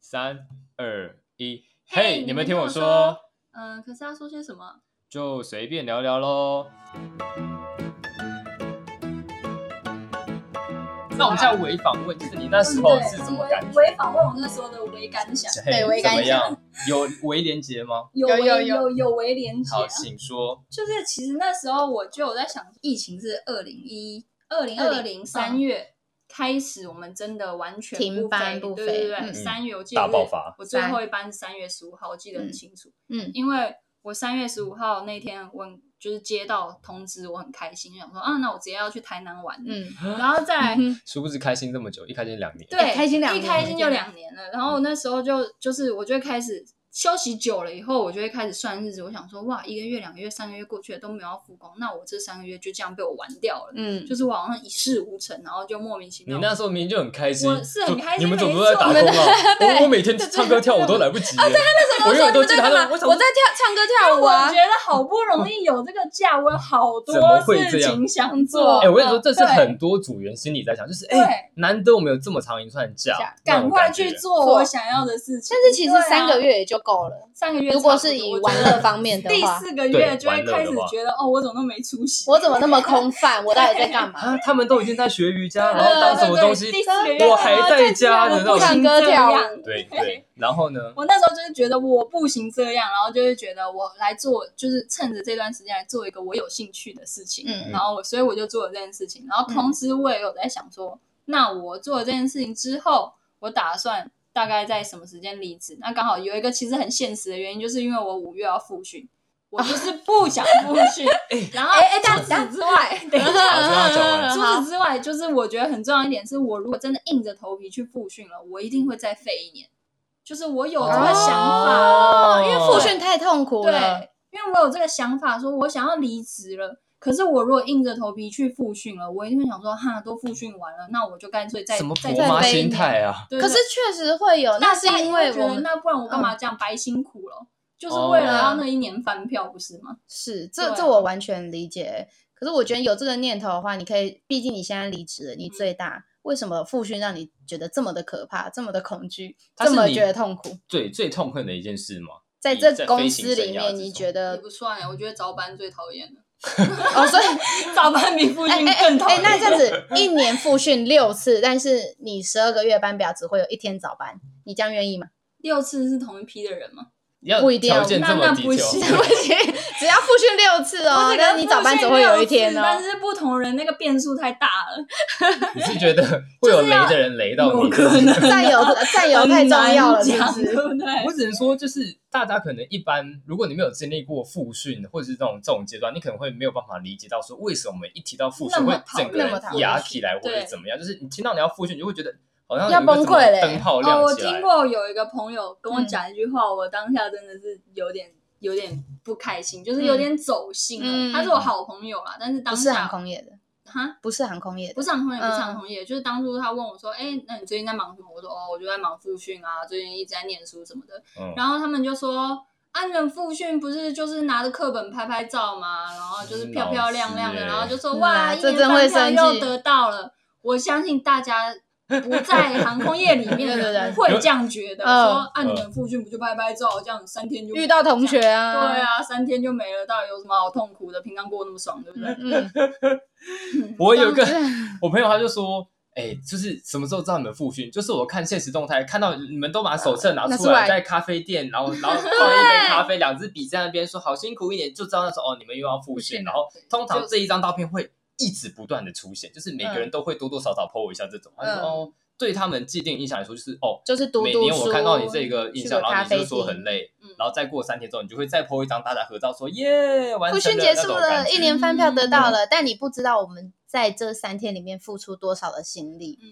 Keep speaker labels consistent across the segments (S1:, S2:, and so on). S1: 三二一，
S2: 嘿
S1: 嘿，你
S2: 你们
S1: 们听
S2: 听
S1: 我
S2: 我
S1: 说
S2: 说，嗯、可是要说些什么？
S1: 就随便聊聊喽。那我们现在违反问，就是你那时候是怎么感觉？
S2: 微访问我那时候的微感想，
S1: 嘿
S3: 对微
S1: 怎
S3: 感
S1: 么样？有微连结吗？
S2: 有
S3: 有有
S2: 微有有微连结、
S1: 好，
S2: 啊，
S1: 请说。
S2: 就是其实那时候我就有在想，疫情是二零一二零二零三月。开始我们真的完全
S3: 嗯停
S2: 不
S3: 班不
S2: 对
S3: 飞
S2: 对对对，
S3: 嗯
S2: 三、月我记得
S1: 大
S2: 是
S1: 爆发
S2: 我最后一班是三月十五号，我记得很
S3: 嗯
S2: 清楚。
S3: 嗯，
S2: 因为我三月十五号那天，我很就是接到通知，我很开心，想说啊，那我直接要去台南玩。，
S3: 嗯，
S2: 然后再来，
S1: 殊不知开心这么久，哎一开心两年。
S2: 对，
S3: 欸开心两
S2: 一
S3: 年
S2: 开心就两年了。然后那时候就就是，我就会开始休息久了以后，我就会开始算日子。我想说，哇，一个月、两个月、三个月过去了都没有要复工，那我这三个月就这样被我玩掉了，
S3: 嗯
S2: 就是我好像一事无成，然后就莫名其
S1: 你
S2: 妙。
S1: 那时候明明就很开心，
S2: 我是很
S1: 就
S2: 开心
S1: 你们总
S2: 没
S1: 都在打
S2: 错
S1: 工
S2: 我们
S1: 啊！我
S3: 对
S1: 我每天唱歌跳舞都来不及耶。我永远都记得他
S3: 干嘛？
S1: 说，
S3: 我
S1: 我想
S3: 在跳唱歌跳舞
S2: 我
S3: 啊
S2: 觉。得好不容易有这个假，我有好 多
S1: 怎么会这
S2: 事
S1: 样
S2: 情想做。
S1: 哎、我跟你说，这是
S2: 对
S1: 很多组员心里在想，就是哎、
S2: 对
S1: 难得我们有这么长一串假
S3: 假，
S1: 那种
S2: 赶快
S1: 感觉
S2: 去做我想要的事情。
S3: 但是其实
S2: 对啊
S3: 三个月也就够了。
S2: 三个月差不多，
S3: 如果是以玩乐方面的
S2: 第
S3: 话，
S2: 四个
S1: 对
S2: 月就会
S1: 玩乐
S2: 开
S1: 的
S2: 始
S1: 话
S2: 觉得哦，我怎么都没出息？
S3: 我怎么那么空泛？我到底在干 嘛？
S1: 啊，他们都已经在学瑜伽，
S2: 对
S1: 然后当什么东
S2: 对
S1: 西
S2: 对，对第四个月
S1: 我还在家的那种。
S2: 不行
S3: 唱歌
S2: 这
S3: 跳舞
S2: 样
S1: 对对，然后呢？
S2: 我那时候就是觉得我不行这样，然后就会觉得我来做，就是趁着这段时间来做一个我有兴趣的事情。
S3: 嗯
S2: 然后我所以我就做了这件事情，然后同时我也有在想说，那我做了这件事情之后，我打算大概在什么时间离职？那刚好有一个其实很现实的原因，就是因为我五月要复训。我就是不想复训， 然后
S3: 哎哎
S2: 除
S3: 但
S2: 此之外， 等一下，
S1: 好，先让他讲完。
S2: 除
S3: 好
S2: 此之外，就是我觉得很重要一点是，我如果真的硬着头皮去复训了，我一定会再废一年。就是我有这个想法，
S1: 哦
S3: 因为复训太痛苦
S2: 对
S3: 了。，
S2: 因为我有这个想法，说我想要离职了。可是我如果硬着头皮去复训了，我一定会想说，哈，都复训完了，那我就干脆再
S1: 什么
S2: 再
S1: 佛
S2: 再
S1: 妈
S3: 飞
S1: 心
S3: 呢
S1: 态啊？
S2: 对对
S3: 可是确实会有，
S2: 那
S3: 那是因为我们嗯啊
S2: 那不然我干嘛这样白辛苦了？就是
S1: 哦
S2: 为了要那一年饭票，不是吗？
S3: 是这
S2: 对啊
S3: 这我完全理解。可是我觉得有这个念头的话，你可以，毕竟你现在离职了，你
S2: 嗯
S3: 最大。为什么复训让你觉得这么的可怕，这么的恐惧，
S1: 它是
S3: 这么
S1: 你
S3: 觉得痛苦？
S1: 最最痛恨的一件事嘛，
S3: 在
S1: 你在
S3: 这
S1: 飞
S3: 公
S1: 行
S3: 司
S1: 生
S3: 里
S1: 涯
S3: 面，
S1: 之
S3: 你
S1: 中
S3: 觉
S2: 也
S3: 得
S2: 不算哎、我觉得早班最讨厌了，
S3: 哦，所以
S2: 早班比复
S3: 哎
S2: 训
S3: 哎
S2: 更讨
S3: 哎，
S2: 厌。
S3: 那这 样子一年复训六次，但是你十二个月班表只会有一天早班，你这样愿意吗？
S2: 六次是同一批的人吗？
S1: 要
S3: 不一定啊
S1: 条件
S2: 那
S1: 这么
S2: 那
S1: 低
S2: 不
S1: 调
S2: 行，
S3: 不行，只要复训六次哦
S2: 不，是
S3: 但是你 早班只会有一
S2: 可能复训六次
S3: 天
S2: 但
S3: 哦。
S2: 是不同人那个变数太大了，
S1: 你是觉得会有雷的人雷到你？
S3: 占有占有太重要了，
S2: 很
S3: 是
S2: 难讲
S3: 不
S2: 对
S3: 是？
S2: 不对？
S1: 我只能说，就是大家可能一般，如果你没有经历过复训或者是这种这种阶段，你可能会没有办法理解到说为什么一提到复训
S2: 那么
S1: 会整个
S3: 讨
S1: 人
S3: 那么讨厌
S1: 压起来或者
S2: 对
S1: 怎么样。就是你听到你要复训，你就会觉得好像
S3: 要
S1: 有一个
S3: 崩
S1: 什么
S3: 溃嘞
S1: 灯泡
S2: 哦，
S1: 亮
S2: 我
S1: 起来
S2: 听。过有一个朋友跟我讲一句话，我当下真的是有点有点不开心，就是有点走心了。
S3: 嗯
S2: 他是我好朋友啦，但是当
S3: 不是
S2: 下
S3: 航空业的，
S2: 哈。
S3: 不是航空业的
S2: 不，是航空业，不
S3: 嗯
S2: 是航空业，就是当初他问我说：“哎、那你最近在忙什么？”我说：“哦，我就在忙复训啊，最近一直在念书什么的。”
S1: 嗯，
S2: 然后他们就说：“啊，你们复训不是就是拿着课本拍拍照吗？然后就是漂漂亮亮的，
S1: 老师欸
S2: 然后就说
S3: 嗯
S2: 哇，
S3: 啊
S2: 一
S3: 这
S2: 年
S3: 真会
S2: 半
S3: 生
S2: 票又
S3: 气
S2: 得到了。”我相信大家不在航空业里面
S3: 对对
S2: 的
S3: 对
S2: 会这样觉得，
S3: 嗯
S2: 说啊，你们复训不就拍拍照，这样三天就
S3: 遇到同学。
S2: 对
S3: 啊，，
S2: 啊，三天就没了，到底有什么好痛苦的？平常过那么爽，对不对？
S3: 嗯，
S1: 我有一个
S3: 这
S1: 我朋友他就说。哎、就是什么时候知道你们复训？就是我看现实动态，看到你们都把手册拿
S3: 拿
S1: 出
S3: 出
S1: 来，
S3: 来
S1: 在咖啡店，然后然后放一杯 咖啡，两支笔在那边说好辛苦一点，就知道那时候哦，你们又要复
S3: 复
S1: 训。
S3: 训
S1: 然后通常
S2: 就
S1: 这一张照片会一直不断的出现，就是每个人都会多多少少 po 一下这种。他说
S3: 嗯
S1: 哦，对他们既定印象来说，就是哦，
S3: 就 是读
S1: 每
S3: 读
S1: 年我看到你
S3: 书
S1: 这个印
S3: 去
S1: 象，
S3: 个
S1: 然后
S3: 咖
S1: 你就
S3: 啡
S1: 说
S3: 厅
S1: 很累，
S2: 嗯
S1: 然后再过三天之后，你就会再 po 一张大家合照说耶，完
S3: 复
S1: 成
S3: 训结
S1: 那
S3: 束
S1: 种感
S3: 了，
S1: 觉嗯
S3: 一年饭票得到了，但你不知道我们在这三天里面付出多少的心力。
S2: 嗯，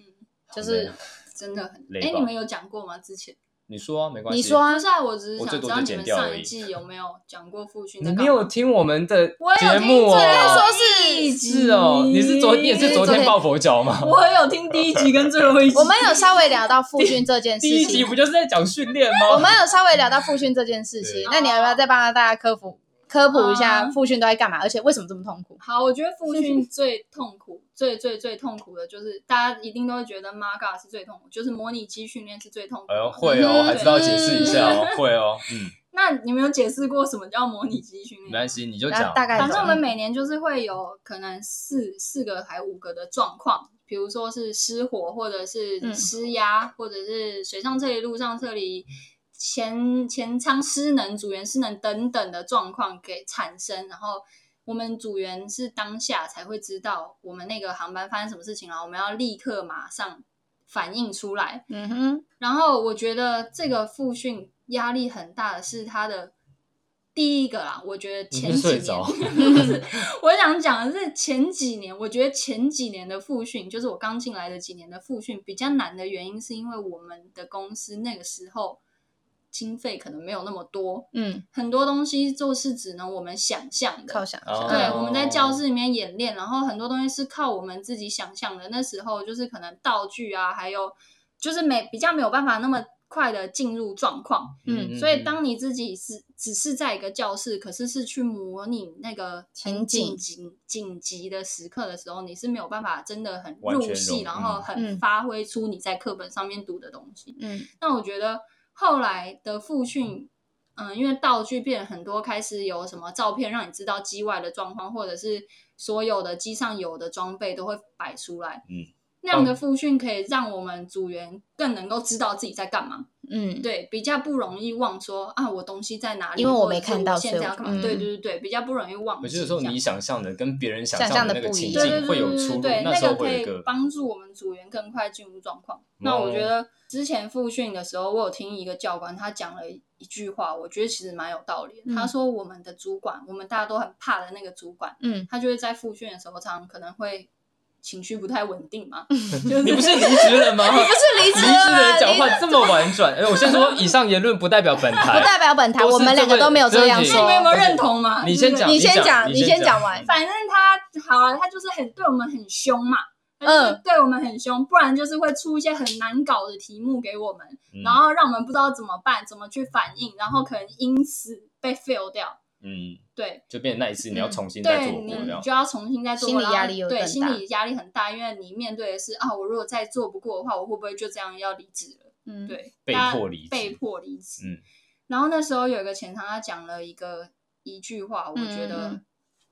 S3: 就
S1: 好累
S3: 是
S1: 啊
S2: 真的很。
S1: 累
S2: 哎，
S1: 吧
S2: 你们有讲过吗？之前
S1: 你说啊，没关系，
S3: 你说啊
S2: 不，是啊，我只是
S1: 我最
S2: 想知
S1: 多
S2: 道
S1: 就
S2: 你
S1: 剪
S2: 们
S1: 掉而
S2: 上
S1: 已
S2: 一季有没有讲过复训在
S1: 你
S2: 干嘛？
S1: 没有听我们的
S2: 我有
S1: 节
S2: 听
S1: 目哦
S2: 最后
S3: 应该说是
S2: 一集
S1: 是哦，你是昨你也是昨
S3: 昨
S1: 天
S3: 天
S1: 抱佛脚吗？
S2: 我有听第一集跟最后一集，
S3: 我们有稍微聊到复训这件事
S1: 第一集
S3: 情，
S1: 不就是在讲训练
S3: 我
S1: 吗？
S3: 们有稍微聊到复训这件事情
S1: 对。啊
S3: 那你要不要再帮大家科普科普一下
S2: 嗯
S3: 复训都在干嘛，而且为什么这么痛苦？
S2: 好，我觉得复训最痛苦、最最最痛苦的就是大家一定都会觉得 MAGA 是最痛苦，就是模拟机训练是最痛苦的。
S1: 哎呦，会哦，
S3: 嗯
S1: 还知道解释一下哦， 会哦，嗯，
S2: 那你们有解释过什么叫模拟机训
S1: 没
S2: 练？
S1: 关。系，你就
S3: 那
S1: 讲。嗯
S3: 大概
S2: 反正我们
S3: 怎么
S2: 每年就是会有可能四四个还五个的状况，比如说是失火，或者是
S3: 嗯
S2: 失压，或者是水上撤离、陆上撤离、前前舱失能、组员失能等等的状况给产生，然后。我们组员是当下才会知道我们那个航班发生什么事情了，啊我们要立刻马上反应出来，
S3: 嗯哼，
S2: 然后我觉得这个复训压力很大的是他的第一个啦，我觉得前
S1: 你
S2: 几
S1: 睡
S2: 年，
S1: 着
S2: 不是我想讲的是前几年，我觉得前几年的复训，就是我刚进来的几年的复训比较难的原因，是因为我们的公司那个时候经费可能没有那么多，
S3: 嗯，
S2: 很多东西就是只能我们想象的，
S3: 靠想
S1: 哦
S3: 象，
S2: 对，我们在教室里面演练，然后很多东西是靠我们自己想象的。那时候就是可能道具啊，还有就是没比较没有办法那么快的进入状况。
S3: 嗯
S2: 所以当你自己是只是在一个教室，可是是去模拟那个很
S3: 情景
S2: 紧急紧急的时刻的时候，你是没有办法真的很
S1: 完全
S2: 入戏，
S1: 融
S2: 然后
S1: 嗯
S2: 很
S3: 嗯
S2: 发挥出你在课本上面读的东西。
S3: 嗯
S2: 那我觉得后来的复训，嗯，因为道具变很多，开始有什么照片让你知道机外的状况，或者是所有的机上有的装备都会摆出来。
S1: 嗯，
S2: 那样的复训可以让我们组员更能够知道自己在干嘛，
S3: 嗯，
S2: 对，比较不容易忘说啊，我东西在哪里，
S3: 因为
S2: 或
S3: 我
S2: 者
S3: 没
S2: 是
S3: 看到
S2: 我现在
S3: 所以
S2: 要
S3: 我
S2: 干嘛？
S3: 嗯
S2: 对对对对，比较不容易忘
S1: 我
S2: 记
S1: 觉
S2: 这
S1: 得
S2: 样。
S1: 说你想象的跟别人想
S3: 想象
S1: 的
S3: 的
S1: 那个
S3: 不一
S1: 情
S3: 样
S2: 对对
S1: 境
S2: 对
S1: 会有
S2: 对
S1: 出入，
S2: 对，
S1: 时候会
S2: 个可
S1: 有一
S2: 以
S1: 个
S2: 帮助我们组员更快进入状况。那我觉
S1: 哦
S2: 得之前复训的时候，我有听一个教官他讲了一句话，我觉得其实蛮有道理的。
S3: 嗯
S2: 他说我们的主管，我们大家都很怕的那个主管，
S3: 嗯，
S2: 他就会在复训的时候，常常可能会情绪不太稳定嘛，就是
S1: 你不是离职 了吗？你不
S3: 是离
S1: 离
S3: 职
S1: 职
S3: 了
S2: 啊
S1: 人
S3: 吗，
S1: 讲
S3: 离
S1: 话这么婉转。哎，我先说，以上言论不代表本
S3: 不
S1: 台。
S3: 代表本台，
S1: 都是
S3: 我们两个
S1: 这位
S3: 都没有这样
S1: 这位
S2: 那你
S3: 说
S2: 们。有没有认同嘛？
S1: 你先讲，
S3: 你先
S1: 讲，
S3: 讲
S1: 你
S3: 你先
S1: 讲
S3: 讲完
S2: 反正他好了，他就是很对我们很凶嘛，他就是
S3: 嗯
S2: 对我们很凶，不然就是会出一些很难搞的题目给我们，
S1: 嗯
S2: 然后让我们不知道怎么办，怎么去反应，然后可能因此被 fail 掉。
S1: 嗯，
S2: 对，
S1: 就变成那一次你要重新再
S2: 嗯对
S1: 做
S2: 你
S1: 过这样
S2: 就。要重新再做
S3: 心
S2: 过，
S3: 理
S2: 然
S3: 压
S2: 后
S3: 力又
S2: 对，
S3: 更
S2: 心
S3: 大
S2: 理压力很大，因为你面对的是啊，我如果再做不过的话，我会不会就这样要离职了？
S3: 嗯，
S2: 对，
S1: 被
S2: 大家
S1: 迫离职
S2: 被迫离职。
S1: 嗯，
S2: 然后那时候有一个前堂，他讲了一个一句话，我觉
S3: 嗯嗯
S2: 得
S3: 嗯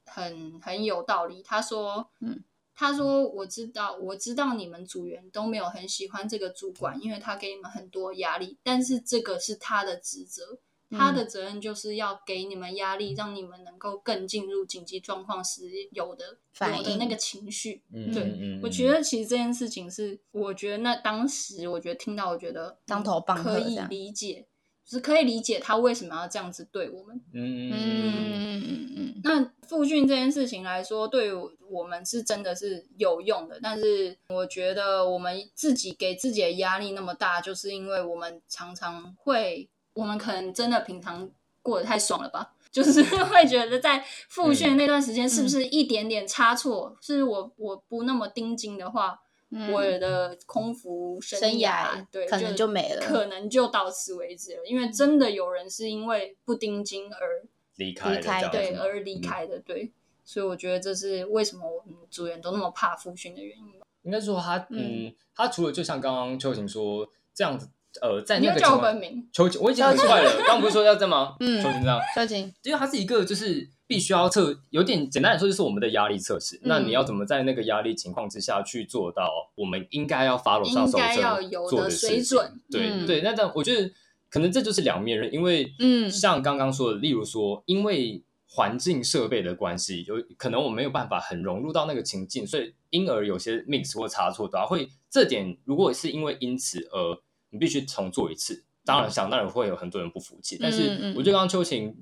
S2: 很很有道理。他说，
S3: 嗯，
S2: 他说我知道，我知道你们组员都没有很喜欢这个主管，因为他给你们很多压力，但是这个是他的职责。他
S3: 嗯
S2: 的责任就是要给你们压力，让你们能够更进入紧急状况时有的
S3: 反
S2: 有的
S3: 应
S2: 那个情绪。
S1: 嗯
S2: 对
S1: 嗯嗯
S2: 我觉得其实这件事情是，我觉得那当时我觉得听到，我觉得
S3: 当头棒喝
S2: 可
S3: 这
S2: 以
S3: 样
S2: 理解，就是可以理解他为什么要这样子对我们。
S1: 嗯嗯嗯嗯
S3: 嗯嗯嗯
S2: 那复训这件事情来说，对于我们是真的是有用的，但是我觉得我们自己给自己的压力那么大，就是因为我们常常会，我们可能真的平常过得太爽了吧。就是 会觉得在复
S3: 嗯
S2: 训那段时间，是不是一点点差错，是我我不那么盯紧的话，
S3: 嗯，
S2: 我的空服生
S3: 生涯
S2: 对，
S3: 可能就没了
S2: 可能就到此为止了。因为真的有人是因为不盯紧而
S1: 离开了
S3: 离开
S1: 这样子
S2: 对而离开的，对。所以我觉得这是为什么我们组员都那么怕复训的原因吧。
S1: 应该说他嗯，他除了就像刚刚秋晴说这样子，呃，在
S2: 你
S1: 那
S2: 要
S1: 个
S2: 叫我
S1: 情况
S2: 本名，
S1: 秋晴，我已经很快了，刚刚不是说要这样吗？
S3: 嗯
S1: 秋晴这样，
S3: 萧晴，
S1: 因为它是一个就是必须要测，有点简单来说就是我们的压力测试。那你
S2: 嗯
S1: 要怎么在那个压力情况之下去做到我们应该要 follow 上手
S2: 应该要
S1: 册
S2: 有的
S1: 做事情
S2: 水准
S1: 对、
S3: 嗯
S1: 对，那但我觉得可能这就是两面刃，因为
S3: 嗯
S1: 像刚刚说的，例如说因为。环境设备的关系，有可能我没有办法很融入到那个情境，所以因而有些 mix 或差错的话，会这点如果是因为因此而你必须重做一次，当
S2: 嗯
S1: 然想当然会有很多人不服气，但
S3: 嗯
S1: 是
S3: 嗯
S1: 我觉得刚刚秋晴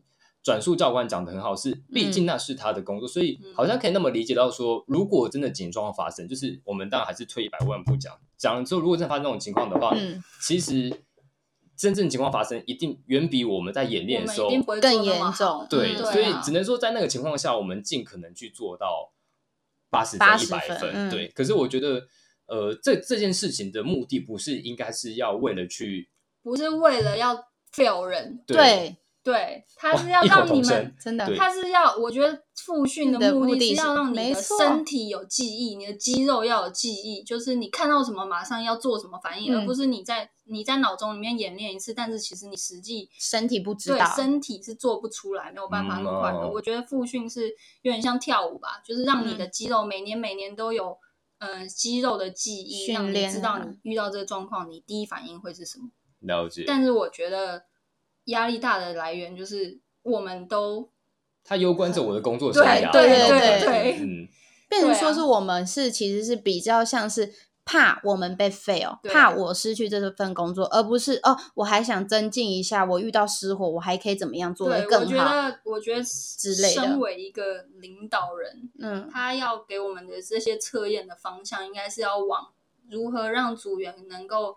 S1: 转述教官讲的很好，是毕竟那是他的工作，所以好像可以那么理解到说，如果真的紧急状况发生，就是我们当然还是退一百万步讲，讲了之后，如果真的发生这种情况的话，
S3: 嗯，
S1: 其实真正情况发生一定远比我们在演
S2: 我
S1: 练的
S2: 们
S1: 时
S2: 一
S1: 候
S2: 定不会
S3: 更
S2: 做那么
S3: 严重
S2: 好
S1: 对，
S3: 嗯
S1: 所以
S2: 啊
S1: 只能说在那个情况下，我们尽可能去做到八十分、一
S3: 80
S1: 百
S3: 分
S1: 分。
S3: 嗯
S1: 对，可是我觉得，呃，这这件事情的目的不是应该是要为了去
S2: 不是为了要 fail 人，
S1: 对
S3: 对，
S2: 对，他
S1: 哇
S2: 是要
S1: 异口
S2: 让
S1: 同
S2: 你
S1: 声
S2: 们，
S3: 真的
S1: 对
S2: 他是要，我觉得复训
S3: 你
S2: 的
S3: 的目
S2: 的
S3: 的
S2: 是
S3: 是
S2: 要让
S3: 没
S2: 你的
S3: 错
S2: 身体有记忆，你的肌肉要有记忆，就是你看到什么马上要做什么反应，
S3: 嗯
S2: 而不是你在你在脑中里面演练一次，但是其实你实际
S3: 身体不知
S2: 对
S3: 道
S2: 身体是做不出来，没有办法那么快的。
S1: 嗯哦
S2: 我觉得复训是有点像跳舞吧，就是让你的
S3: 嗯
S2: 肌肉每年每年都有。嗯，肌肉的记忆
S3: 训
S2: 让你
S3: 练
S2: 知道
S3: 啊
S2: 你遇到这个状况，你第一反应会是什么。
S1: 了解。
S2: 但是我觉得压力大的来源就是我们都
S1: 它攸关着我的工作生涯，
S3: 对对
S1: 然后
S3: 对
S1: 我
S2: 对
S1: 嗯，
S3: 变成
S2: 对啊
S3: 说是我们是其实是比较像是怕我们被 fail，
S2: 对
S3: 怕我失去这份工作，而不是哦，我还想增进一下，我遇到失火，我还可以怎么样做
S2: 对
S3: 得，
S2: 我
S3: 更
S2: 觉
S3: 好？
S2: 得，我觉得
S3: 之类的
S2: 身为一个领导人，
S3: 嗯，
S2: 他要给我们的这些测验的方向，应该是要往如何让组员能够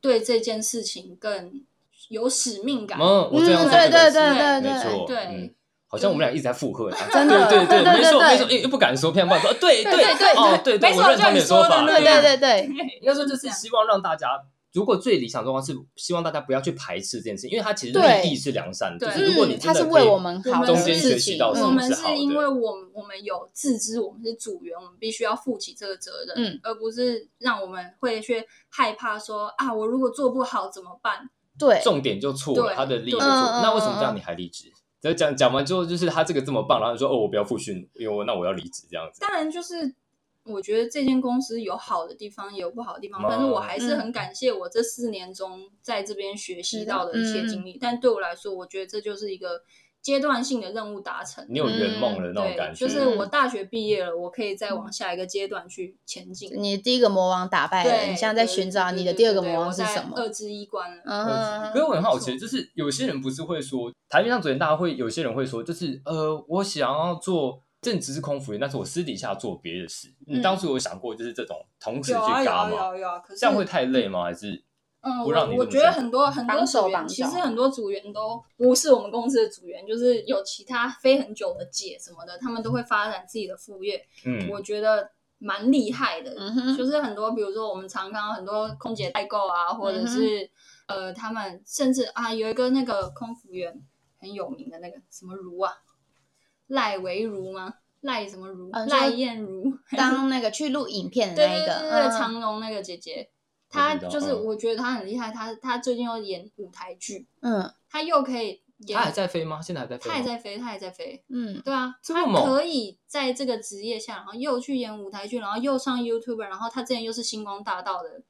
S2: 对这件事情更有使命感。
S1: 嗯，我这样
S3: 嗯
S1: 说这
S3: 对
S1: 个
S3: 对对
S1: 是
S3: 对
S1: 没
S3: 对
S1: 错，
S2: 对
S1: 嗯。好像我们俩一直在附和他，
S3: 真的
S1: 对对
S3: 对对
S1: 对，没错
S3: 对
S1: 没错，又又不敢说偏帮说，呃对
S2: 对对
S1: 对
S2: 对
S1: 哦对对，
S2: 没
S1: 我
S2: 错
S1: 认同
S2: 就
S1: 你
S2: 你
S1: 的说
S2: 说的
S1: 法，嗯
S2: 那对
S3: 对对
S2: 啊
S3: 对对，
S1: 应该说就
S2: 这
S1: 是
S2: 样
S1: 希望让大家，如果最理想的状况是希望大家不要去排斥这件事，因为它其实
S3: 对
S1: 利益是良善的，就
S2: 对
S1: 是 如果你
S3: 嗯，他
S1: 真的
S3: 是
S1: 可以
S3: 为我们好的
S1: 中间
S3: 事
S1: 学习
S3: 情，
S1: 到什
S2: 我
S1: 么
S3: 嗯
S2: 们
S1: 是好的
S2: 是因为我们我们有自知我们是组员，我们必须要负起这个责任，
S3: 嗯
S2: 而不是让我们会去害怕说啊，我如果做不好怎么办？
S3: 对，
S1: 重点就错了，
S2: 对
S1: 他的利益就错
S2: 对
S1: 了。
S3: 嗯
S1: 那为什么
S3: 嗯
S1: 这样你还离职？这讲讲完之后，就是他这个这么棒，然后你说哦，我不要复训，因为我那我要离职这样子。
S2: 当然就是。我觉得这间公司有好的地方，也有不好的地方，
S1: 哦
S2: 但是我还是
S3: 嗯
S2: 很感谢我这四年中在这边学习到的一些
S3: 嗯
S2: 经历。但对我来说，我觉得这就是一个阶段性的任务达成。
S1: 你有圆梦的那种感
S2: 嗯
S1: 觉，
S2: 对，就是我大学毕
S3: 嗯
S2: 业了，我可以再往下一个阶段去前进。
S3: 你第一个魔王打败了，
S2: 对，
S3: 你现在在
S2: 对
S3: 寻找
S2: 对
S3: 你
S2: 对
S3: 的第二
S2: 对
S3: 个
S2: 对
S3: 魔王
S2: 我
S3: 是
S2: 在
S3: 什么
S2: 二？至一关了。
S3: 嗯
S1: 可是我很好奇，就是有些人不是会说，台面上主持人大家会有些人会说，就是呃，我想要做正职是空服员，但是我私底下做别的事。
S3: 嗯
S1: 你当初有想过就是这种同时去
S2: 有啊有
S1: 嘎
S2: 啊
S1: 吗？
S2: 有啊有啊，可是
S1: 这样会太累吗？还是
S2: 嗯，
S1: 不让你
S2: 我
S1: 那
S2: 我
S1: 么
S2: 觉得
S1: 辛苦
S2: 很多很多
S3: 绑手
S2: 组员，
S3: 绑
S2: 其
S3: 脚
S2: 实很多组员都不是我们公司的组员，就是有其他飞很久的姐什么的，他们都会发展自己的副业，
S1: 嗯，
S2: 我觉得蛮厉害的。
S3: 嗯哼，
S2: 就是很多，比如说我们常看到很多空姐代购啊，或
S3: 嗯
S2: 者是、呃，他们甚至啊，有一个那个空服员很有名的那个什么如啊，赖维如吗？赖什么如？
S3: 啊你说
S2: 赖燕如，
S3: 当那个去录影片的
S2: 对
S3: 那一
S2: 对
S3: 个，
S2: 对对，
S3: 嗯
S2: 长荣那个姐姐，
S1: 我
S2: 她
S1: 知道
S2: 就是
S1: 嗯
S2: 我觉得她很厉害，她她最近又演舞台剧，
S3: 嗯
S2: 她又可以演，
S1: 他还在飞吗？现在还在飞
S2: 她
S1: 吗？
S2: 也在飞，她也在飞，
S3: 嗯，
S2: 对啊，
S1: 这么
S2: 她
S1: 猛
S2: 可以在这个职业下，然后又去演舞台剧，然后又上 YouTube，然后她之前又是星光大道的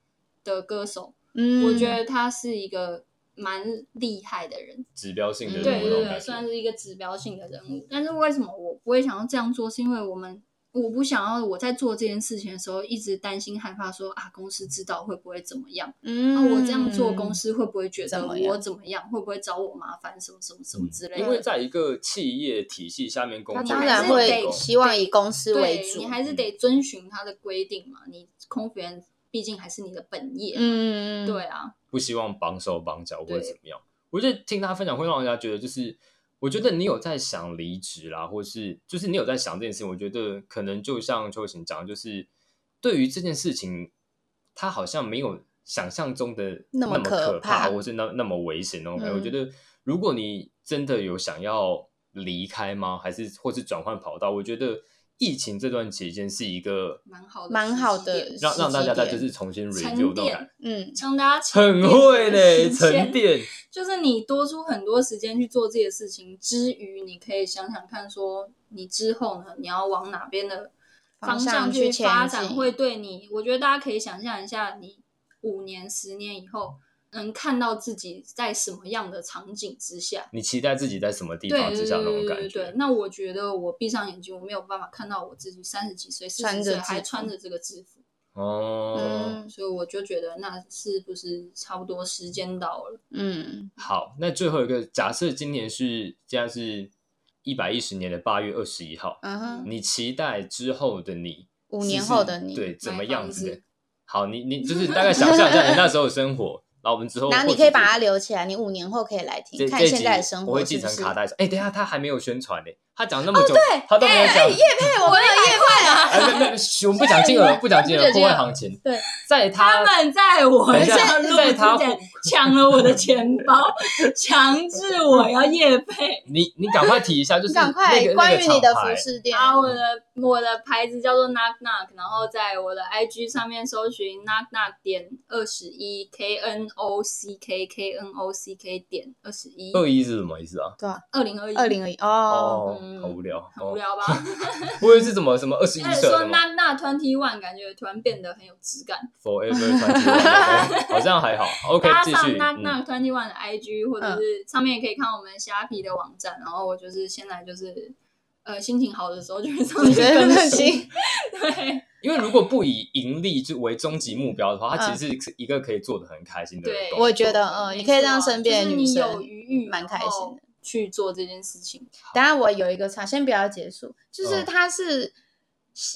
S2: 的歌手，
S3: 嗯
S2: 我觉得她是一个蛮厉害的人，
S1: 指标性的
S3: 嗯
S2: 对
S1: 那
S2: 对
S1: 种
S2: 对
S1: 感
S2: 对，算
S1: 觉。
S2: 是一个指标性的人物。但是为什么我不会想要这样做？是因为我们我不想要我在做这件事情的时候一直担心害怕说啊，公司知道会不会怎么样？
S3: 嗯，
S2: 啊，我这样做公司会不会觉
S3: 怎
S2: 得
S3: 么样
S2: 我怎么样？会不会找我麻烦？什么什么什么之类的。
S1: 因为在一个企业体系下面工
S2: 他
S1: 作，
S3: 当
S2: 还
S3: 然
S2: 是
S3: 会
S2: 得
S3: 希望以公司为
S2: 对
S1: 嗯
S3: 主，
S2: 你还是得遵循他的规定嘛。你空服员毕竟还是你的本业。
S3: 嗯，
S2: 对啊，
S1: 不希望绑手绑脚或者
S2: 对
S1: 怎么样。我觉得听他分享会让人家觉得，就是我觉得你有在想离职啦，或是就是你有在想这件事情。我觉得可能就像邱晴讲的，就是对于这件事情，他好像没有想象中的
S3: 那么
S1: 么可
S3: 可怕
S1: 或是那那么危险那种感觉。
S3: 嗯
S1: 我觉得如果你真的有想要离开吗，还是或是转换跑道，我觉得疫情这段期间是一个
S2: 蛮好的，
S3: 蛮好的，，
S1: 让让大家再
S3: 在
S1: 就是重新
S2: 沉
S1: review 那种
S2: 淀
S1: 感觉。
S3: 嗯，
S2: 让大家沉
S1: 很
S2: 淀
S1: 会
S2: 的
S1: 嘞，
S2: 时
S1: 沉
S2: 间
S1: 淀。
S2: 就是你多出很多时间去做这些事情之余，你可以想想看，说你之后呢，你要往哪边的方向去发
S3: 方向去前
S2: 展，
S3: 进
S2: 会对你，我觉得大家可以想象一下，你五年、十年以后能看到自己在什么样的场景之下。
S1: 你期待自己在什么地
S2: 对
S1: 方
S2: 对
S1: 之
S2: 对
S1: 下那
S2: 对
S1: 种
S2: 对
S1: 感
S2: 对对
S1: 觉，，
S2: 那我觉得我闭上眼睛，我没有办法看到我自己三十几岁、四
S3: 穿
S2: 十
S3: 着
S2: 岁
S3: 制服
S2: 还穿着这个制服，
S1: 哦，
S3: 嗯
S2: 所以我就觉得那是不是差不多时间到了？
S3: 嗯，
S1: 好，那最后一个假设，今年是现在是一百一十年的八月二十一号，
S3: 嗯哼，
S1: 你期待之后的你，
S3: 五
S1: 是
S3: 年
S1: 是
S3: 后的你，
S1: 对怎
S2: 买
S1: 么样
S2: 房
S1: 子的
S2: 子？
S1: 好，你你就是大概想象一下你那时候的生活，然后我们之后
S3: 然后
S1: 或
S3: 你
S1: 许
S3: 可以
S1: 是
S3: 把它留起来，你五年后可以来听，
S1: 这
S3: 看
S1: 这
S3: 现在的
S1: 集
S3: 生
S1: 我会
S3: 活
S1: 继
S3: 是不
S1: 承
S3: 是哦
S1: 卡带说，哎、等一下他还没有宣传呢、他讲那么久，他都没有讲。
S3: 哎叶佩，我们有叶佩啊，
S1: 哎，没没，我们不讲 金额，不讲金
S3: 不
S1: 额，破
S3: 讲金额
S1: 坏行情。
S3: 对，
S1: 在他
S2: 他们在我
S1: 等一下
S2: 要录
S1: 在
S2: 之
S1: 他
S2: 前抢了我的钱包，强制我要夜 配。
S1: 你你赶快提 一下，就是
S3: 赶
S1: 那
S3: 快
S1: 个
S3: 关于你
S1: 那个
S3: 的服，
S1: 厂牌
S3: 饰店，
S2: 啊，我的我的牌子叫做 Knock Knock，然后在我的 IG 上面搜寻 Knock Knock 点二十一 K N O C K K N O C K 点二十一
S1: 二一是什么意思啊？
S2: 二零二一
S3: 二零二一哦，
S1: 哦，
S2: 嗯
S1: 好无聊，
S2: 很无
S1: 哦。
S2: 聊吧？
S1: 我以为是怎么什么二十一
S2: 而且
S1: 色
S2: 说
S1: 什么
S2: Knock Knock Twenty One，感觉突然变得很有质感。
S1: Forever 传奇，哦好像还好。OK，
S2: 大家
S1: 继
S2: 上
S1: 续。
S2: 那
S1: 嗯
S2: 那 Twenty One 的 IG，或者
S3: 嗯
S2: 是上面也可以看我们虾皮的网站。然后我就是现在就是，呃，心情好的时候就会上
S3: 你
S2: 去
S3: 觉得
S2: 更
S3: 很
S2: 新。
S3: 新，
S2: 对
S1: 因为如果不以盈利就为终极目标的话，它其
S3: 嗯
S1: 实是一个可以做的很开心的
S2: 对
S1: 动作。
S3: 我也觉得，嗯，你可以让身边的女
S2: 啊就是你有
S3: 生
S2: 余裕，
S3: 蛮开心的。
S2: 去做这件事情。
S3: 当然，我有一个差，先不要结束，就是
S1: 嗯
S3: 他是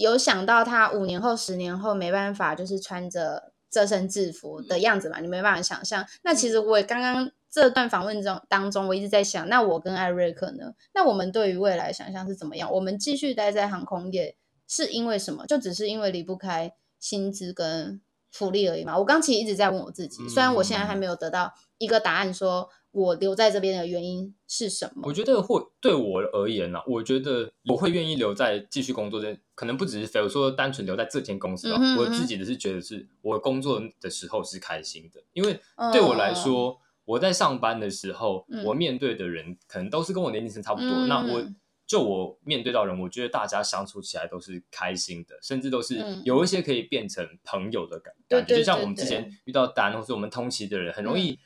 S3: 有想到他五年后、十年后没办法，就是穿着这身制服的样子嘛，你没办法想象。那其实我刚刚这段访问中当中，我一直在想，那我跟艾瑞克呢？那我们对于未来想象是怎么样？我们继续待在航空业是因为什么？就只是因为离不开薪资跟福利而已嘛。我刚其实一直在问我自己，虽然我现在还没有得到一个答案，说我留在这边的原因是什么。
S1: 我觉得会对我而言呢、我觉得我会愿意留在继续工作这，可能不只是非我说单纯留在这间公司吧。
S3: 嗯哼
S1: 我
S3: 嗯
S1: 自
S3: 哼
S1: 己的是觉得是我工作的时候是开心的，因为对我来
S3: 嗯
S1: 说，我在上班的时候，
S3: 嗯
S1: 我面对的人可能都是跟我年龄层差不多。
S3: 嗯
S1: 那我
S3: 嗯
S1: 就我面对到人，我觉得大家相处起来都是开心的，甚至都是
S3: 嗯
S1: 有一些可以变成朋友的感
S3: 对
S1: 感觉。
S3: 对
S1: 就像
S3: 对
S1: 我们之
S3: 对
S1: 前遇到丹，或是我们通勤的人，很容
S3: 嗯
S1: 易，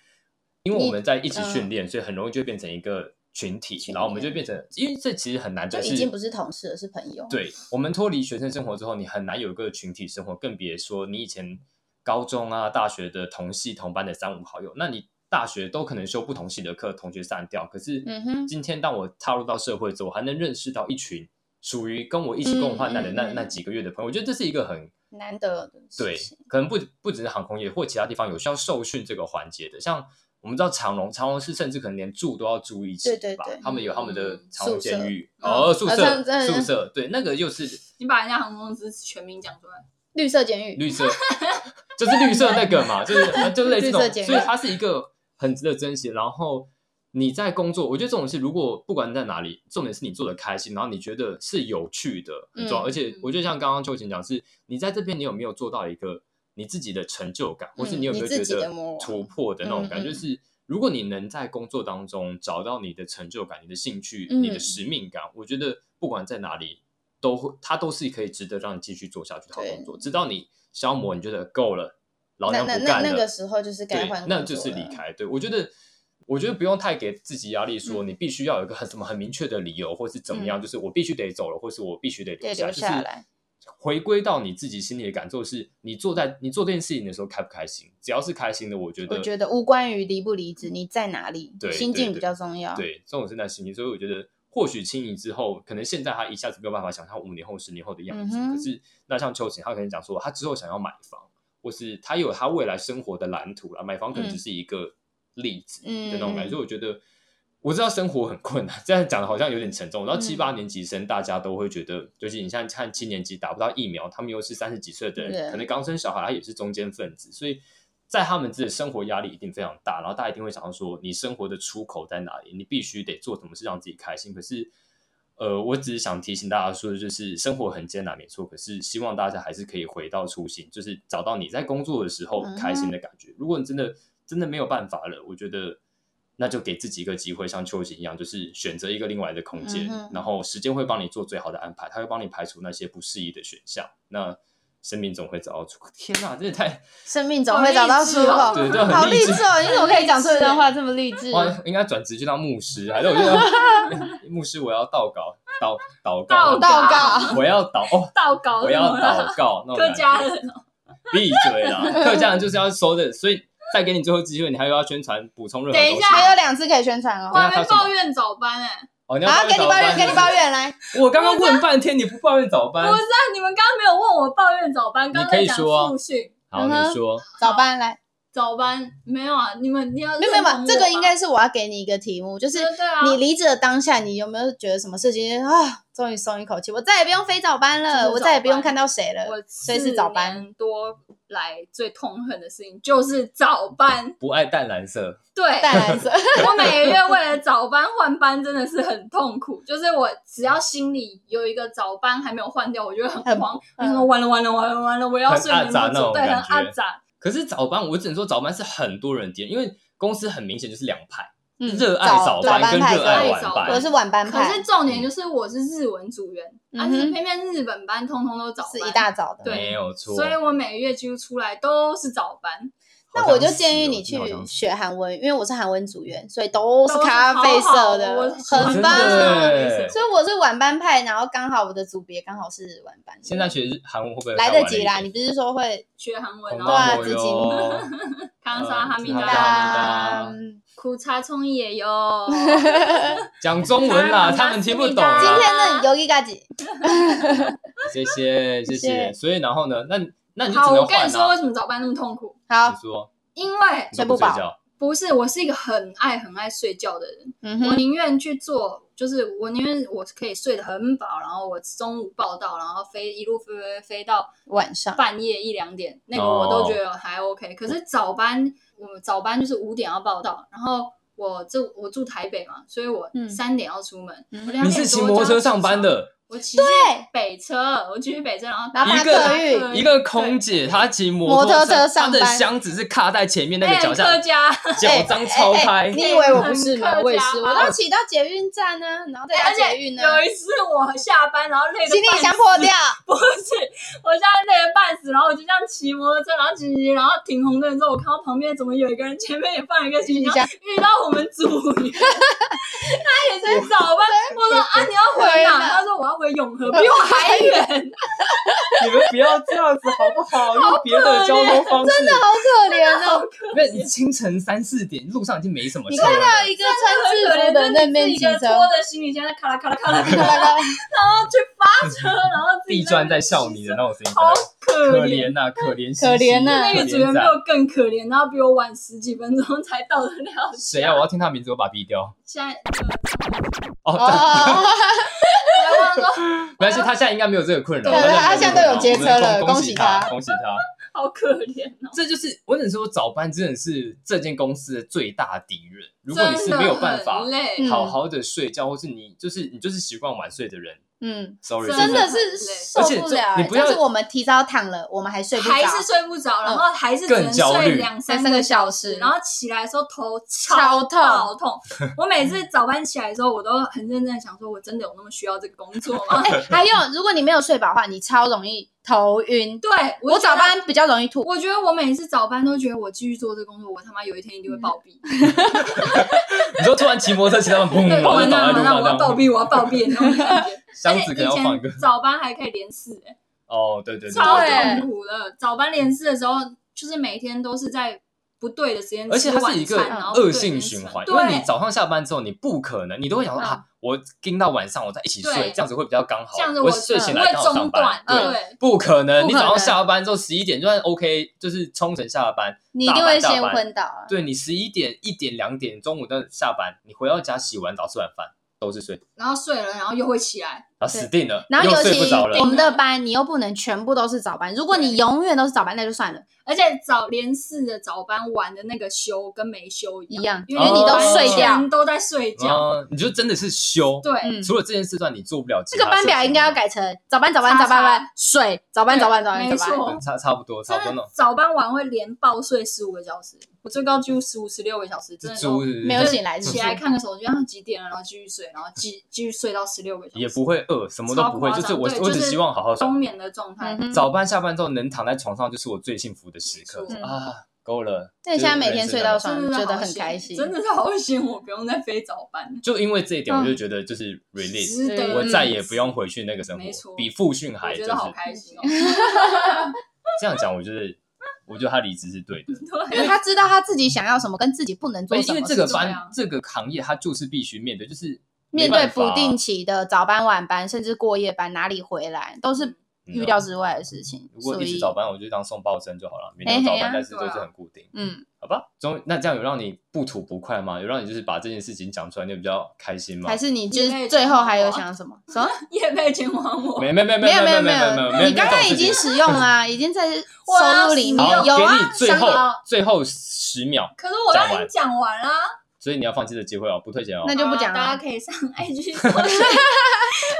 S1: 因为我
S3: 你
S1: 们在一起训
S3: 嗯
S1: 练，所以很容易就变成一个群体，
S3: 群
S1: 然后我们就
S3: 体啊
S1: 变成，因为这其实很难
S3: 就
S1: 得是，
S3: 已经不是同事了，是朋友。，
S1: 对我们脱离学生生活之后，你很难有一个群体生活，更别说你以前高中啊、大学的同系同班的三五好友，那你大学都可能修不同系的课，同学散掉。可是
S3: 嗯哼
S1: 今天当我踏入到社会之后，我还能认识到一群属于跟我一起共患难的
S3: 嗯嗯
S1: 那、
S3: 嗯
S1: 那几个月的朋友，我觉得这是一个很
S3: 难得的
S1: 对
S3: 事情。，
S1: 可能不不只是航空业或其他地方有需要受训这个环节的，像。我们知道长隆，长隆是甚至可能连住都要住一起吧，
S3: 对对对
S1: 他们有他们的
S2: 嗯
S1: 长隆
S3: 宿
S1: 监
S3: 舍
S1: 狱，
S3: 嗯
S1: 哦，宿
S3: 呃这
S1: 舍
S3: 样这样
S1: 宿舍，对，那个又是
S2: 你把人家航空公司全名讲出来，
S3: 绿色监狱，
S1: 绿色， 就是绿色那个 嘛，就是呃就类似这
S3: 绿色
S1: 种，
S3: 简约
S1: 所以它是一个很值得珍惜。然后你在工作，我觉得这种事，如果不管在哪里，重点是你做的开心，然后你觉得是有趣的，很重要。
S3: 嗯
S1: 而且我觉得像刚刚秋晴讲，是你在这边你有没有做到一个你自己的成就感，或是
S3: 嗯
S1: 你有没有
S3: 你
S1: 觉
S3: 自己
S1: 得
S3: 的魔
S1: 突破的那种感
S3: 嗯
S1: 觉，
S3: 嗯
S1: 就是。如果你能在工作当中找到你的成就感、你的兴趣、
S3: 嗯
S1: 你的使命感，我觉得不管在哪里，都会它都是可以值得让你继续做下去的好
S3: 对嗯
S1: 工作，直到你消磨，你觉得够了，老
S3: 那
S1: 娘
S3: 那
S1: 不
S3: 那
S1: 干
S3: 那
S1: 了，
S3: 个时候就是该
S1: 对
S3: 换，工
S1: 那就是
S3: 作
S1: 离
S3: 了。
S1: 开。对我觉得，我觉得不用太给自己压力，说你必须要有一个很什么很明确的理由，或是怎么样，
S3: 嗯
S1: 就是我必须得走了，或是我必须得留
S3: 对
S1: 下来，
S3: 留下来
S1: 就是回归到你自己心里的感受是，你做在你做这件事情的时候开不开心？只要是开心的，我觉得
S3: 我觉得无关于离不离职，你在哪里
S1: 对，
S3: 心境
S1: 对
S3: 比较重要。
S1: 对，这种是在心情，所以我觉得或许清理之后，可能现在他一下子没有办法想象五年后、十年后的样子。
S3: 嗯哼
S1: 可是那像秋晴，他可能讲说，他之后想要买房，或是他有他未来生活的蓝图啦，买房可能只是一个例子的
S3: 嗯
S1: 那种感觉。
S3: 嗯
S1: 所以我觉得。我知道生活很困难， 这样讲的好像有点沉重。然后七
S3: 嗯
S1: 八年级生，大家都会觉得，尤其你像看七年级打不到疫苗，他们又是三十几岁的人，
S3: 对
S1: 可能刚生小孩，他也是中间分子，所以在他们自己的生活压力一定非常大，然后大家一定会想到说，你生活的出口在哪里？你必须得做什么事让自己开心。可是，呃，我只是想提醒大家说，就是生活很艰难，没错，可是希望大家还是可以回到初心，就是找到你在工作的时候
S3: 嗯
S1: 开心的感觉。如果你真的真的没有办法了，我觉得。那就给自己一个机会，像秋瑾一样，就是选择一个另外的空间，
S3: 嗯哼
S1: 然后时间会帮你做最好的安排，它会帮你排除那些不适宜的选项。那生命总会找到出口。 天哪，真的太
S3: 生命总会找到出
S2: 好
S3: 口，
S1: 对这很
S3: 好
S1: 励
S3: 励
S1: 志
S3: 志哦！你怎么可以讲出一段话这么励志？
S1: 哇，应该转职去当牧师，还是我觉 得牧师我要祷告，祷祷告，
S2: 祷
S3: 祷告，
S1: 我要祷哦，
S2: 到稿
S1: 我
S2: 什
S1: 要
S2: 么啦
S3: 啊
S1: 祷告，那种
S2: 客 家
S1: 感觉
S2: 人哦，
S1: 闭嘴 啦，客家人就是要收的，所以再给你最后机会，你还有要宣传补充任何东西
S2: 等一
S1: 吗。
S2: 下
S3: 还有两次可以宣传
S2: 我
S3: 哦。
S1: 哇
S2: 还没抱怨早班哎，
S1: 哦，你要
S3: 好，给你
S1: 早
S3: 抱
S1: 班
S3: 怨，给你抱。怨来。
S1: 我刚刚问半天，你不抱怨早班
S2: 不？是啊，你们刚刚没有问我抱怨早班，
S1: 嗯
S2: 刚
S1: 你
S2: 刚
S1: 可
S2: 在
S1: 以
S2: 讲
S1: 说啊
S2: 复训，
S3: 嗯
S1: 好，你说
S3: 早班来，
S2: 早班没有啊，你们你要
S3: 没有没
S2: 认
S3: 有没
S2: 同
S3: 有，这
S2: 我
S3: 个应
S2: 吧
S3: 该是我要给你一个题目，就是
S2: 对对啊
S3: 你离职的当下，你有没有觉得什么事情啊？终于松一口气，我再也不用飞早班
S2: 就是早
S3: 了，
S2: 班
S3: 我再也不用看到谁
S2: 我
S3: 了，所以
S2: 四
S3: 是早班。
S2: 年多来最痛恨的事情就是早班，
S1: 不爱淡蓝色，
S2: 对，
S3: 淡蓝色，
S2: 我每个月为了早班换班真的是很痛苦，就是我只要心里有一个早班还没有换掉，我就会很
S3: 很
S2: 慌，为
S3: 嗯
S2: 什么完了完了完了完了，我要
S1: 很
S2: 睡
S1: 阿
S2: 眠
S1: 杂
S2: 不
S1: 那
S2: 足，
S1: 种
S2: 对，很
S1: 感
S2: 阿
S1: 觉
S2: 杂，
S1: 可是早班，我只能说早班是很多人点，因为公司很明显就是两派，
S3: 嗯
S1: 热爱
S3: 早
S1: 早
S3: 早
S1: 班跟
S3: 派
S1: 热爱
S3: 跟
S2: 爱
S1: 晚
S2: 早
S1: 班
S3: 我是晚班
S2: 可是
S3: 派，
S2: 重
S1: 嗯
S2: 点就是我是日文组员，但、
S3: 嗯
S2: 是
S3: 哼
S2: 偏偏日本班通通都早班，
S3: 是一大早的。
S2: 对
S1: 没有错。
S2: 所以我每个月几乎出来都是早班，
S3: 那
S1: 好
S3: 我
S1: 像
S3: 就是建议
S1: 哦
S3: 你去
S1: 真的好像是
S3: 学韩文，因为我是韩文组员，所以都是
S2: 都是
S3: 咖啡
S2: 好好
S3: 色
S2: 我
S3: 的，
S2: 喜欢
S3: 很
S1: 真
S3: 棒。啊
S1: 的耶
S3: 所以我是晚班派，然后刚好我的组别刚好是晚班的。
S1: 现在学日韩文会不会
S3: 来
S1: 太
S3: 得
S1: 晚
S3: 及
S1: 了
S3: 啦，
S1: 一
S3: 你
S1: 点？哦
S3: 不是说会
S2: 学韩文，哦
S1: 恐
S2: 然
S1: 怕
S2: 后
S3: 对啊
S1: 我
S3: 自己
S1: 哟
S2: 康沙哈密
S1: 嗯
S2: 达，
S1: 哒
S3: 哒？
S2: 苦茶冲也有，
S1: 讲中文 啦，他们听不懂啊
S3: 今
S2: 今
S1: 啦。
S3: 天的游 g 嘎吉，
S1: 谢谢谢
S3: 谢
S1: 谢。所以然后呢？那那你就只
S2: 好，我
S1: 能
S2: 跟
S1: 换啊
S2: 你说为
S1: 啦。
S2: 什么早班那么痛苦，
S1: 你
S3: 好，
S1: 说
S2: 因为
S1: 你都
S3: 睡不
S1: 不睡
S3: 饱
S1: 觉，
S2: 不是，我是一个很爱很爱睡觉的人，
S3: 嗯
S2: 我
S3: 哼，
S2: 宁愿去做，就是我宁愿我可以睡得很饱，然后我中午报到，然后飞一路飞飞飞到
S3: 晚上
S2: 半夜一两点，那个我都觉得还 OK。可是早班，我早班就是五点要报到，然后我住我住台北嘛，所以我
S3: 嗯
S2: 三点要出门，
S3: 嗯
S2: 我两
S1: 你
S2: 点
S1: 是
S2: 多
S1: 骑摩托
S2: 就要
S1: 车
S2: 起
S1: 上班
S2: 床，
S1: 的，
S2: 我骑去
S3: 哎
S2: 北车，我骑去北车，然后
S3: 然后搭
S1: 一
S3: 客运
S1: 个一个空姐，她骑
S3: 摩
S1: 摩
S3: 托车
S1: 车，她
S3: 上
S1: 的
S3: 班
S1: 箱子是卡在前面那个
S2: 哎
S1: 脚下嗯
S2: 客， 家，
S1: 脚张超
S3: 哎哎
S1: 开
S3: 哎。你以为我不是吗？哎我也是，我都
S2: 很
S3: 骑到捷运站呢，然后再
S2: 而
S3: 搭捷
S2: 且
S3: 运呢，
S2: 有一次我下班，然后累得
S3: 行李箱
S2: 半死
S3: 破掉，
S2: 不是，我现在累得半死，然后我就这样骑摩托车，然后骑骑，然后停红灯之后，我看到旁边怎么有一个人前面也放了一个行李箱，遇到我们组员，他也在找 吧。我说啊，你要回
S3: 回哪
S2: 哪？他说我要回永和，比我还远。
S1: 你们不要这样子好不好？用别的交通方式。真的，
S3: 好可怜
S2: 好
S3: 哦。
S2: 可
S1: 因为你清晨三四点路上已经没什么
S3: 你
S1: 车
S3: 看到
S1: 了。
S3: 一个穿制
S2: 怜，
S3: 服的那边
S2: 自己
S3: 骑
S2: 一个
S3: 车，
S2: 拖着行李箱在咔啦咔啦咔 啦咔啦，然后去发车，然后自己
S1: 地
S2: 在那
S1: 砖在
S2: 边
S1: 笑你的那种声音，
S2: 好
S1: 真的
S2: 可
S1: 可
S2: 怜。啊
S1: 怜呐，可怜兮兮
S3: 可怜呐
S2: 那个组
S1: 啊
S2: 员比我更可怜，然后比我晚十几分钟才到得了。
S1: 谁啊？我要听他名字，我把他逼掉。
S2: 现在
S1: 哦，
S2: 呃
S3: 哦，
S2: 我忘了说
S1: 没关系，他现在应该没有这个困扰。
S3: 对
S2: 啊
S3: 对他现在都有
S1: 接
S3: 接车了
S1: 恭
S3: 恭喜
S1: 喜
S3: 他
S1: 恭喜他。
S2: 好可怜哦。
S1: 这就是我只能说，早班真的是这间公司的最大敌人。如果你是没有办法
S2: 真的很累，
S3: 嗯
S1: 好好的睡觉，或是你就是你就是习惯晚睡的人
S3: 嗯，
S1: ，sorry，
S2: 真
S3: 真
S1: 的
S3: 的
S1: 是
S3: 是受
S1: 而且
S3: 不
S1: 这
S3: 了，
S1: 你
S3: 哎
S1: 不要
S3: 就是我们提早躺了，我们还睡不着，
S2: 还是睡不着，然后还是只能
S1: 更焦
S2: 睡
S1: 虑
S2: 两
S3: 三
S2: 三
S3: 个
S2: 个
S3: 小
S2: 小
S3: 时
S2: 时，然后起来的时候头
S3: 超痛
S2: 爆痛。我每次早班起来的时候，我都很认真的想说，我真的有那么需要这个工作吗？
S3: 哎，还有，如果你没有睡饱的话，你超容易头晕。
S2: 对
S3: 我
S2: 就觉
S3: 早
S2: 得。
S3: 班比较容易吐，
S2: 我觉得我每次早班都觉得我继续做这个工作，我他妈有一天一
S3: 嗯
S2: 定会暴毙。
S1: 嗯你说突然骑摩托车骑到砰，
S2: 对，
S1: 然后
S2: 我
S1: 就倒在
S2: 那
S1: 路
S2: 那我
S1: 上，
S2: 要
S1: 这
S2: 暴
S1: 样
S2: 毙，我要暴毙的那种感觉。
S1: 箱子可能要放一
S2: 而且
S1: 个
S2: 以。前早班还可以连四、欸，
S1: 哦，对对对，
S2: 超
S1: 对
S2: 痛苦的。早班连四的时候，就是每天都是在不对的时间
S1: 而
S2: 吃晚
S1: 且
S2: 餐，
S1: 它是一个
S2: 然后不对
S1: 恶
S2: 的时间
S1: 性
S2: 吃
S1: 循
S2: 饭
S1: 环，因
S2: 对，
S1: 为你早上下班之后，你不可能，你都会想说
S2: 嗯
S1: 啊，我盯到晚上我再一起睡
S2: 对，
S1: 这样子会比较刚好，
S2: 这样子
S1: 我
S2: 我
S1: 睡
S2: 不
S1: 醒
S2: 会
S1: 来刚好上
S2: 中
S1: 班
S2: 断。，
S1: 对，
S2: 对。
S1: 不可能，你
S3: 不可
S1: 早
S3: 能
S1: 上下班之后十一点就算 OK，就是冲绳下班，
S3: 你一定会
S1: 大班
S3: 先
S1: 大班
S3: 昏倒啊。
S1: 对你十一点、一点、两点，中午的下班，你回到家洗完澡、吃完饭都是睡，
S2: 然后睡了，然后又会起来，
S1: 然后死定了，
S3: 然后
S1: 又
S3: 尤
S1: 睡
S3: 其
S1: 不着了
S3: 我。们的班，你又不能全部都是早班。如果你永远都是早班，那就算了，
S2: 而且早连四的早班玩的那个休跟没休
S3: 一
S2: 一样，
S3: 样，因
S2: 因
S3: 为你都睡
S2: 完
S3: 掉
S2: 全。都在睡觉。
S1: 嗯，你就真的是休。
S2: 对，
S3: 嗯，
S1: 除了这件事段，你做不了其
S3: 这
S1: 他
S3: 个
S1: 事情。
S3: 班表应该要改成早班、早班、
S2: 叉
S3: 早
S2: 叉
S3: 班、班睡，早班、
S2: 对
S3: 早班、早班、
S2: 没
S3: 早班。
S2: 错
S1: 对，差差不多，差
S2: 真
S1: 不多那
S2: 的
S1: 种。
S2: 早班晚会连爆睡十五个小时，我最高几乎十五十六个小时，真
S1: 是
S2: 的
S1: 猪是
S2: 都
S1: 不是
S3: 哦没有醒来，
S2: 起来看个手机，然后几点了，然后继续睡，然后继继续睡到十六个小时，
S1: 也不会饿，什么都不会，
S2: 超夸
S1: 就
S2: 张
S1: 是我
S2: 对
S1: 我
S2: 就
S1: 只
S2: 是
S1: 希望好好睡。
S2: 冬眠的状态
S3: 嗯。哼
S1: 早班下班之后能躺在床上，就是我最幸福的时刻
S2: 没错
S1: 啊！够了。
S3: 但现在每天睡到
S1: 就是人生
S3: 床，
S2: 真的
S3: 觉得
S2: 好
S3: 很
S2: 险
S3: 开心。
S2: 真的是好险，我不用再飞早班了，
S1: 就因为这一点，我就觉得就是 release，、
S2: 值得。
S1: 我再也不用回去那个生
S2: 没错
S1: 活，比复训还
S2: 我
S1: 就
S2: 觉
S1: 是
S2: 得好开心 哦。
S1: 这样讲，我觉得我觉得他离职是对的。
S3: 因为他知道他自己想要什么，跟自己不能做
S1: 对，
S3: 什
S1: 哎因为
S3: 么事情。
S1: 这个
S2: 对
S1: 班
S2: 啊
S1: 这个行业，它就是必须面对，就是没
S3: 面对
S1: 办法
S3: 不定期的早班、晚班，甚至过夜班，哪里回来都是预料之外的事情。
S1: 如果
S3: 所
S1: 一直
S3: 以，
S1: 早班，我就当送报生就好了，每
S3: 嘿
S1: 天
S3: 嘿
S1: 早班，
S3: 啊
S1: 但是
S2: 对
S1: 都是
S2: 啊
S1: 很固定。
S3: 嗯，
S1: 好吧，终于那这样有让你不吐不快吗？有让你就是把这件事情讲出来，你有比较开心吗
S3: 还？是你就
S2: 你可
S3: 是
S2: 以
S3: 最后还有
S2: 讲我
S3: 想什么？什么？
S2: 叶佩前往我，
S1: 没没 没
S3: 没
S1: 有
S3: 有
S1: 没没
S3: 有没
S1: 有没有，
S3: 你刚刚已经
S1: 是
S3: 使用啦，已经在收
S2: 要
S3: 入里
S2: 使用
S3: 面
S1: 好，
S3: 有
S1: 给
S3: 啊
S1: 你，最
S3: 想
S1: 后
S3: 给
S1: 最后十秒，
S2: 可是我
S1: 讲
S2: 刚刚已
S1: 完
S2: 经讲完啦。
S1: 所以你要放弃的机会哦，不退钱哦
S3: 那。就不
S2: 好啊
S3: 讲
S2: 大家
S3: 了。
S2: 可以上 IG 搜寻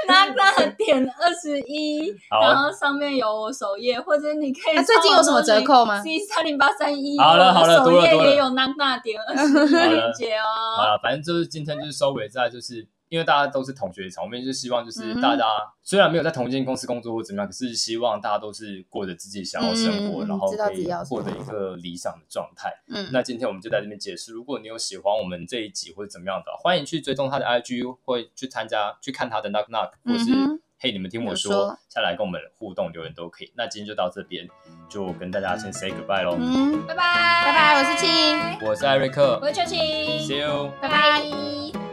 S2: Naga 点二十一，
S1: 好
S2: 然后上面有我首页，或者你可以
S3: 那啊最近有什么折扣吗
S2: ？C 三零八三一，
S1: 好了好了
S2: 首
S1: 多了
S2: 页
S1: 多了
S2: 也有 Naga 点二十一
S1: 好了
S2: 链接
S1: 好
S2: 哦。
S1: 了，反正就是今天就是收尾在就是。因为大家都是同学一场，我们也是希望就是
S3: 嗯哼
S1: 大家、虽然没有在同一间公司工作或怎么样，可是希望大家都是过着自己想要的生活，
S3: 嗯嗯嗯
S1: 然后
S3: 知道
S1: 可
S3: 自己
S1: 以
S3: 要什
S1: 获
S3: 么
S1: 得一个理想的状态。
S3: 嗯，
S1: 那今天我们就在这边结束。如果你有喜欢我们这一集或者怎么样的，欢迎去追踪他的 IG，或去参加去看他的 Knock Knock，或是、
S3: 嗯哼
S1: 嘿你们听我说，
S3: 有说
S1: 下来跟我们互动留言都可以。那今天就到这边，就跟大家先 say goodbye 喽。
S3: 嗯，
S2: 拜拜
S3: 拜拜我是庆
S2: 青，
S1: 我是艾瑞克
S2: 我是秋青，
S1: ，See you。
S2: 拜拜。